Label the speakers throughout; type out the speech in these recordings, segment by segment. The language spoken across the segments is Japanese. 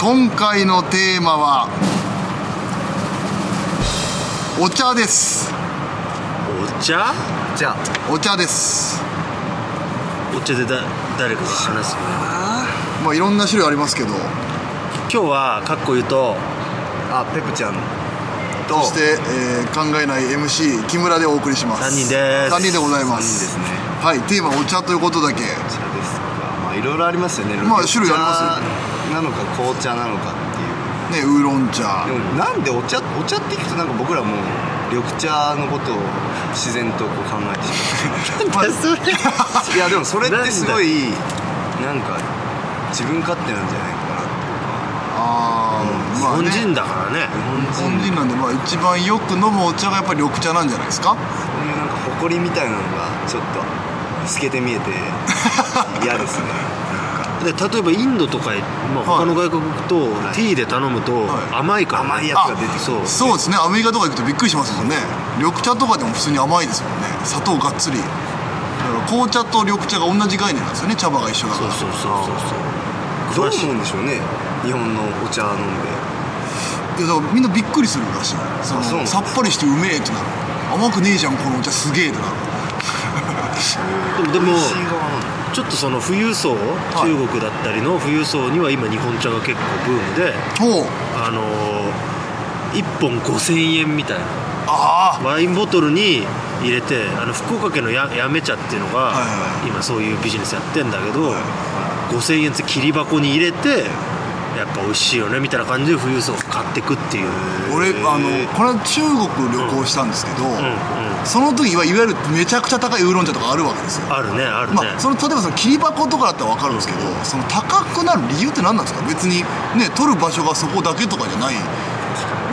Speaker 1: 今回のテーマはお茶です
Speaker 2: お茶
Speaker 3: じゃあ
Speaker 1: お茶です
Speaker 2: お茶でだ誰かが話すね
Speaker 1: まあいろんな種類ありますけど
Speaker 2: 今日はかっこ言うと
Speaker 3: あペプちゃんと
Speaker 1: そして、えー考えない MC 木村でお送りします
Speaker 2: 三人です
Speaker 1: 3人でございま
Speaker 3: 三人ですすね
Speaker 1: はいテーマお茶ということだけ
Speaker 3: お茶ですかまあいろいろありますよね
Speaker 1: まあ種類あり
Speaker 3: ますなのか紅茶なのかってい
Speaker 1: ねウ
Speaker 3: う
Speaker 1: ーロン茶
Speaker 3: でもなんでお茶お茶って聞くとなんか僕らもう緑茶のことを自然とこう考えてしまう
Speaker 1: まあ
Speaker 3: いやでもそれってすごいなんか自分勝手なんじゃないかな
Speaker 1: あー
Speaker 2: 日
Speaker 1: まあ
Speaker 2: 本
Speaker 1: ね
Speaker 2: 人だからね
Speaker 1: 日本人なんで、まあ、一番よく飲むお茶がやっぱり緑茶なんじゃないですか
Speaker 3: そういうなんか誇りみたいなのがちょっと透けて見え て嫌ですね
Speaker 2: で例えばインドとか、まあ、
Speaker 1: はい
Speaker 2: 他の外国と
Speaker 3: い
Speaker 2: ティーで頼むと
Speaker 1: はい
Speaker 2: 甘いから、
Speaker 3: 甘いやつが出てくる
Speaker 2: そう
Speaker 1: そうですねアメリカとか行くとびっくりしますもんね緑茶とかでも普通に甘いですもんね砂糖がっつりだから紅茶と緑茶が同じ概念なんですよね茶葉が一緒だか
Speaker 2: そう
Speaker 1: ら
Speaker 2: そうそうそうそう
Speaker 3: どう
Speaker 2: 詳しい
Speaker 3: 思うんでしょうね日本のお茶飲んで
Speaker 1: いやだからみんなびっくりするらしいその
Speaker 3: そうなんだ
Speaker 1: さっぱりしてうめえってなる甘くねえじゃんこのお茶すげえってなる
Speaker 2: でもでも
Speaker 3: 美味しい側なんだ
Speaker 2: ちょっとその富裕層、
Speaker 1: い
Speaker 2: 中国だったりの富裕層には今日本茶が結構ブームで
Speaker 1: ほう
Speaker 2: あのー、1本5000円みたいな
Speaker 1: あ
Speaker 2: ワインボトルに入れてあの福岡県のややめ茶っていうのが、
Speaker 1: はい
Speaker 2: 今そういうビジネスやってんだけど、
Speaker 1: い
Speaker 2: 5000円って切り箱に入れてやっぱ美味しいよねみたいな感じで富裕層が買ってくっていう
Speaker 1: あ俺あのこれ中国旅行したんですけど、
Speaker 2: うんうん
Speaker 1: その時はいわゆるめちゃくちゃ高いウーロン茶とかあるわけですよ
Speaker 2: あるねあるね、
Speaker 1: まあ、その例えばその切り箱とかだったら分かるんですけど、その高くなる理由って何なんですか別にね取る場所がそこだけとかじゃない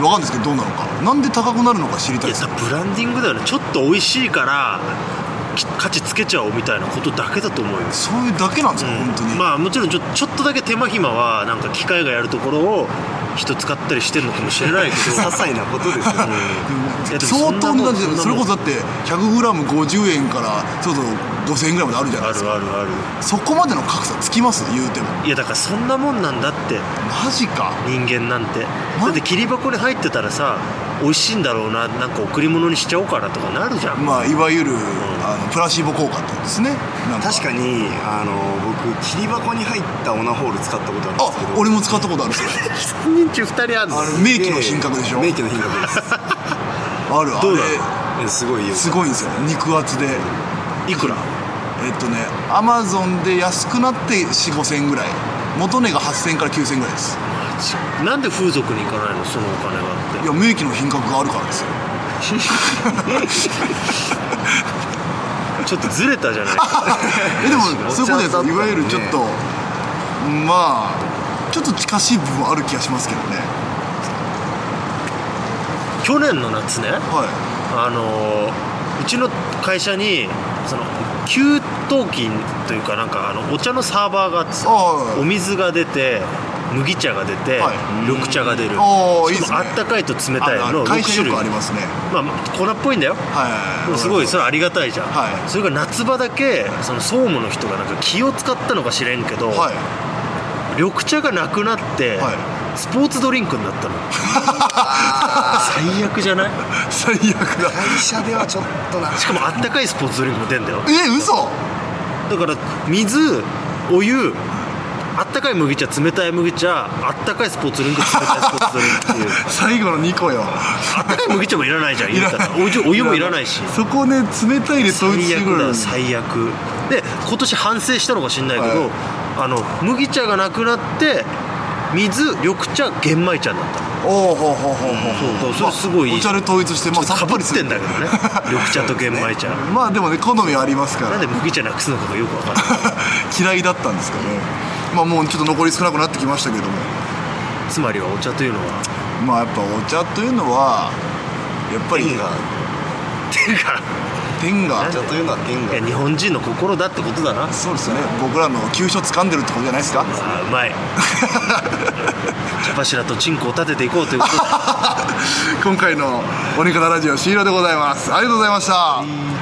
Speaker 1: 分かんないですけどどうなのかなんで高くなるのか知りたい
Speaker 2: い
Speaker 1: です
Speaker 2: やだブランディングだよねちょっと美味しいからき価値つけちゃおうみたいなことだけだと思うよ
Speaker 1: そういうだけなんですか、本当に、
Speaker 2: まあもちろんちょちょっとだけ手間暇はなんか機械がやるところを人使ったりしてるのかもしれないけ
Speaker 3: 些
Speaker 2: ど
Speaker 3: 細なことですよね
Speaker 2: いやでも
Speaker 1: 相当なじゃないそれ
Speaker 2: んなも
Speaker 1: こ
Speaker 2: んんなもん
Speaker 1: そだって 100g50 円からちょっと5000円ぐらいまであるじゃない
Speaker 2: あ
Speaker 1: です
Speaker 2: る
Speaker 1: か
Speaker 2: あるある
Speaker 1: そこまでの格差つきます言うても
Speaker 2: いやだからそんなもんなんだって
Speaker 1: マジか
Speaker 2: 人間なんてだって切り箱に入ってたらさ美味しいんだろうななんか贈り物にしちゃおうかなとかなるじゃん、
Speaker 1: まあいわゆる、あのプラシーボ効果ってことですねなん
Speaker 3: 確かにあの僕切り箱に入ったオナホール使ったことあるんですけ
Speaker 1: あ
Speaker 3: ど
Speaker 1: 俺も使ったことあるんですよ
Speaker 2: 3人中2人あるの
Speaker 1: あれ名器の品格でしょ
Speaker 3: 名器の品格です
Speaker 1: あるあ
Speaker 2: どうなの
Speaker 1: れ
Speaker 3: えすごいよ
Speaker 1: すごいんですよ肉厚で
Speaker 2: いくら
Speaker 1: えっとねアマゾンで安くなって4 5千円ぐらい元値が8000円から9000円ぐらいです
Speaker 2: なんで風俗に行かないのそのお金があって
Speaker 1: いや名器の品格があるからです よ
Speaker 2: ちょっとずれたじゃない
Speaker 1: えでもそういうことです
Speaker 3: お茶だったのね
Speaker 1: いわゆるちょっとまあちょっと近しい部分はある気がしますけどね
Speaker 2: 去年の夏ね
Speaker 1: は
Speaker 2: あのーうちの会社にその給湯器というかなんかあのお茶のサーバーがあってさ
Speaker 1: ああ
Speaker 2: お水が出て麦茶が出て、
Speaker 1: はい
Speaker 2: 緑茶が出る
Speaker 1: いおーいい
Speaker 2: し
Speaker 1: です
Speaker 2: かも
Speaker 1: ね
Speaker 2: あったかいと冷たい
Speaker 1: あ
Speaker 2: の
Speaker 1: る
Speaker 2: 6
Speaker 1: 会社
Speaker 2: 種
Speaker 1: よ
Speaker 2: 類
Speaker 1: くありますね
Speaker 2: まあ、粉っぽいんだよ
Speaker 1: はい
Speaker 2: でもすごいそれありがたいじゃん、
Speaker 1: はい
Speaker 2: それが夏場だけその総務の人がなんか気を使ったのか知れんけど、
Speaker 1: はい
Speaker 2: 緑茶がなくなって、
Speaker 1: は
Speaker 2: スポーツドリンクになったの最悪じゃない
Speaker 1: 最悪だ
Speaker 3: 会社ではちょっとな
Speaker 2: しかもあったかいスポーツドリンクも出んだよ
Speaker 1: え嘘
Speaker 2: だから水お湯あったかい麦茶冷たい麦茶あったかいスポーツドリンク冷たいスポーツドリンクっていう
Speaker 1: 最後の2個よ
Speaker 2: あったかい麦茶もいらないじゃん言うたら お湯お湯もいらないし
Speaker 1: そこね冷たいで統一し
Speaker 2: 最
Speaker 1: て
Speaker 2: 悪
Speaker 1: く
Speaker 2: だ
Speaker 1: る
Speaker 2: よ最悪で今年反省したのか知んないけど、
Speaker 1: はい
Speaker 2: あの麦茶がなくなって水緑茶玄米茶になったの
Speaker 1: おおほうほうほうほう
Speaker 2: そうそうそれすごい
Speaker 1: まあお茶で統一してまあさっ
Speaker 2: かぶ
Speaker 1: ぱ
Speaker 2: っ
Speaker 1: りする
Speaker 2: てんだけどね緑茶と玄米茶、
Speaker 1: まあでもね好みはありますか
Speaker 2: なん
Speaker 1: ら
Speaker 2: で麦茶なくすのかがよくわかんない
Speaker 1: 嫌いだったんですかねまあもうちょっと残り少なくなってきましたけども
Speaker 2: つまりはお茶というのは
Speaker 1: まあやっぱお茶というのはやっぱり
Speaker 3: 天が
Speaker 2: っていうか
Speaker 1: 天が
Speaker 3: お茶というのは天
Speaker 2: い
Speaker 3: が
Speaker 2: や日本人の心だってことだな
Speaker 1: そうですよね僕らの急所掴んでるってことじゃないですか
Speaker 2: あーうまい茶柱とチンコを立てていこうということだ
Speaker 1: 今回の「鬼方ラジオ」終了でございますありがとうございました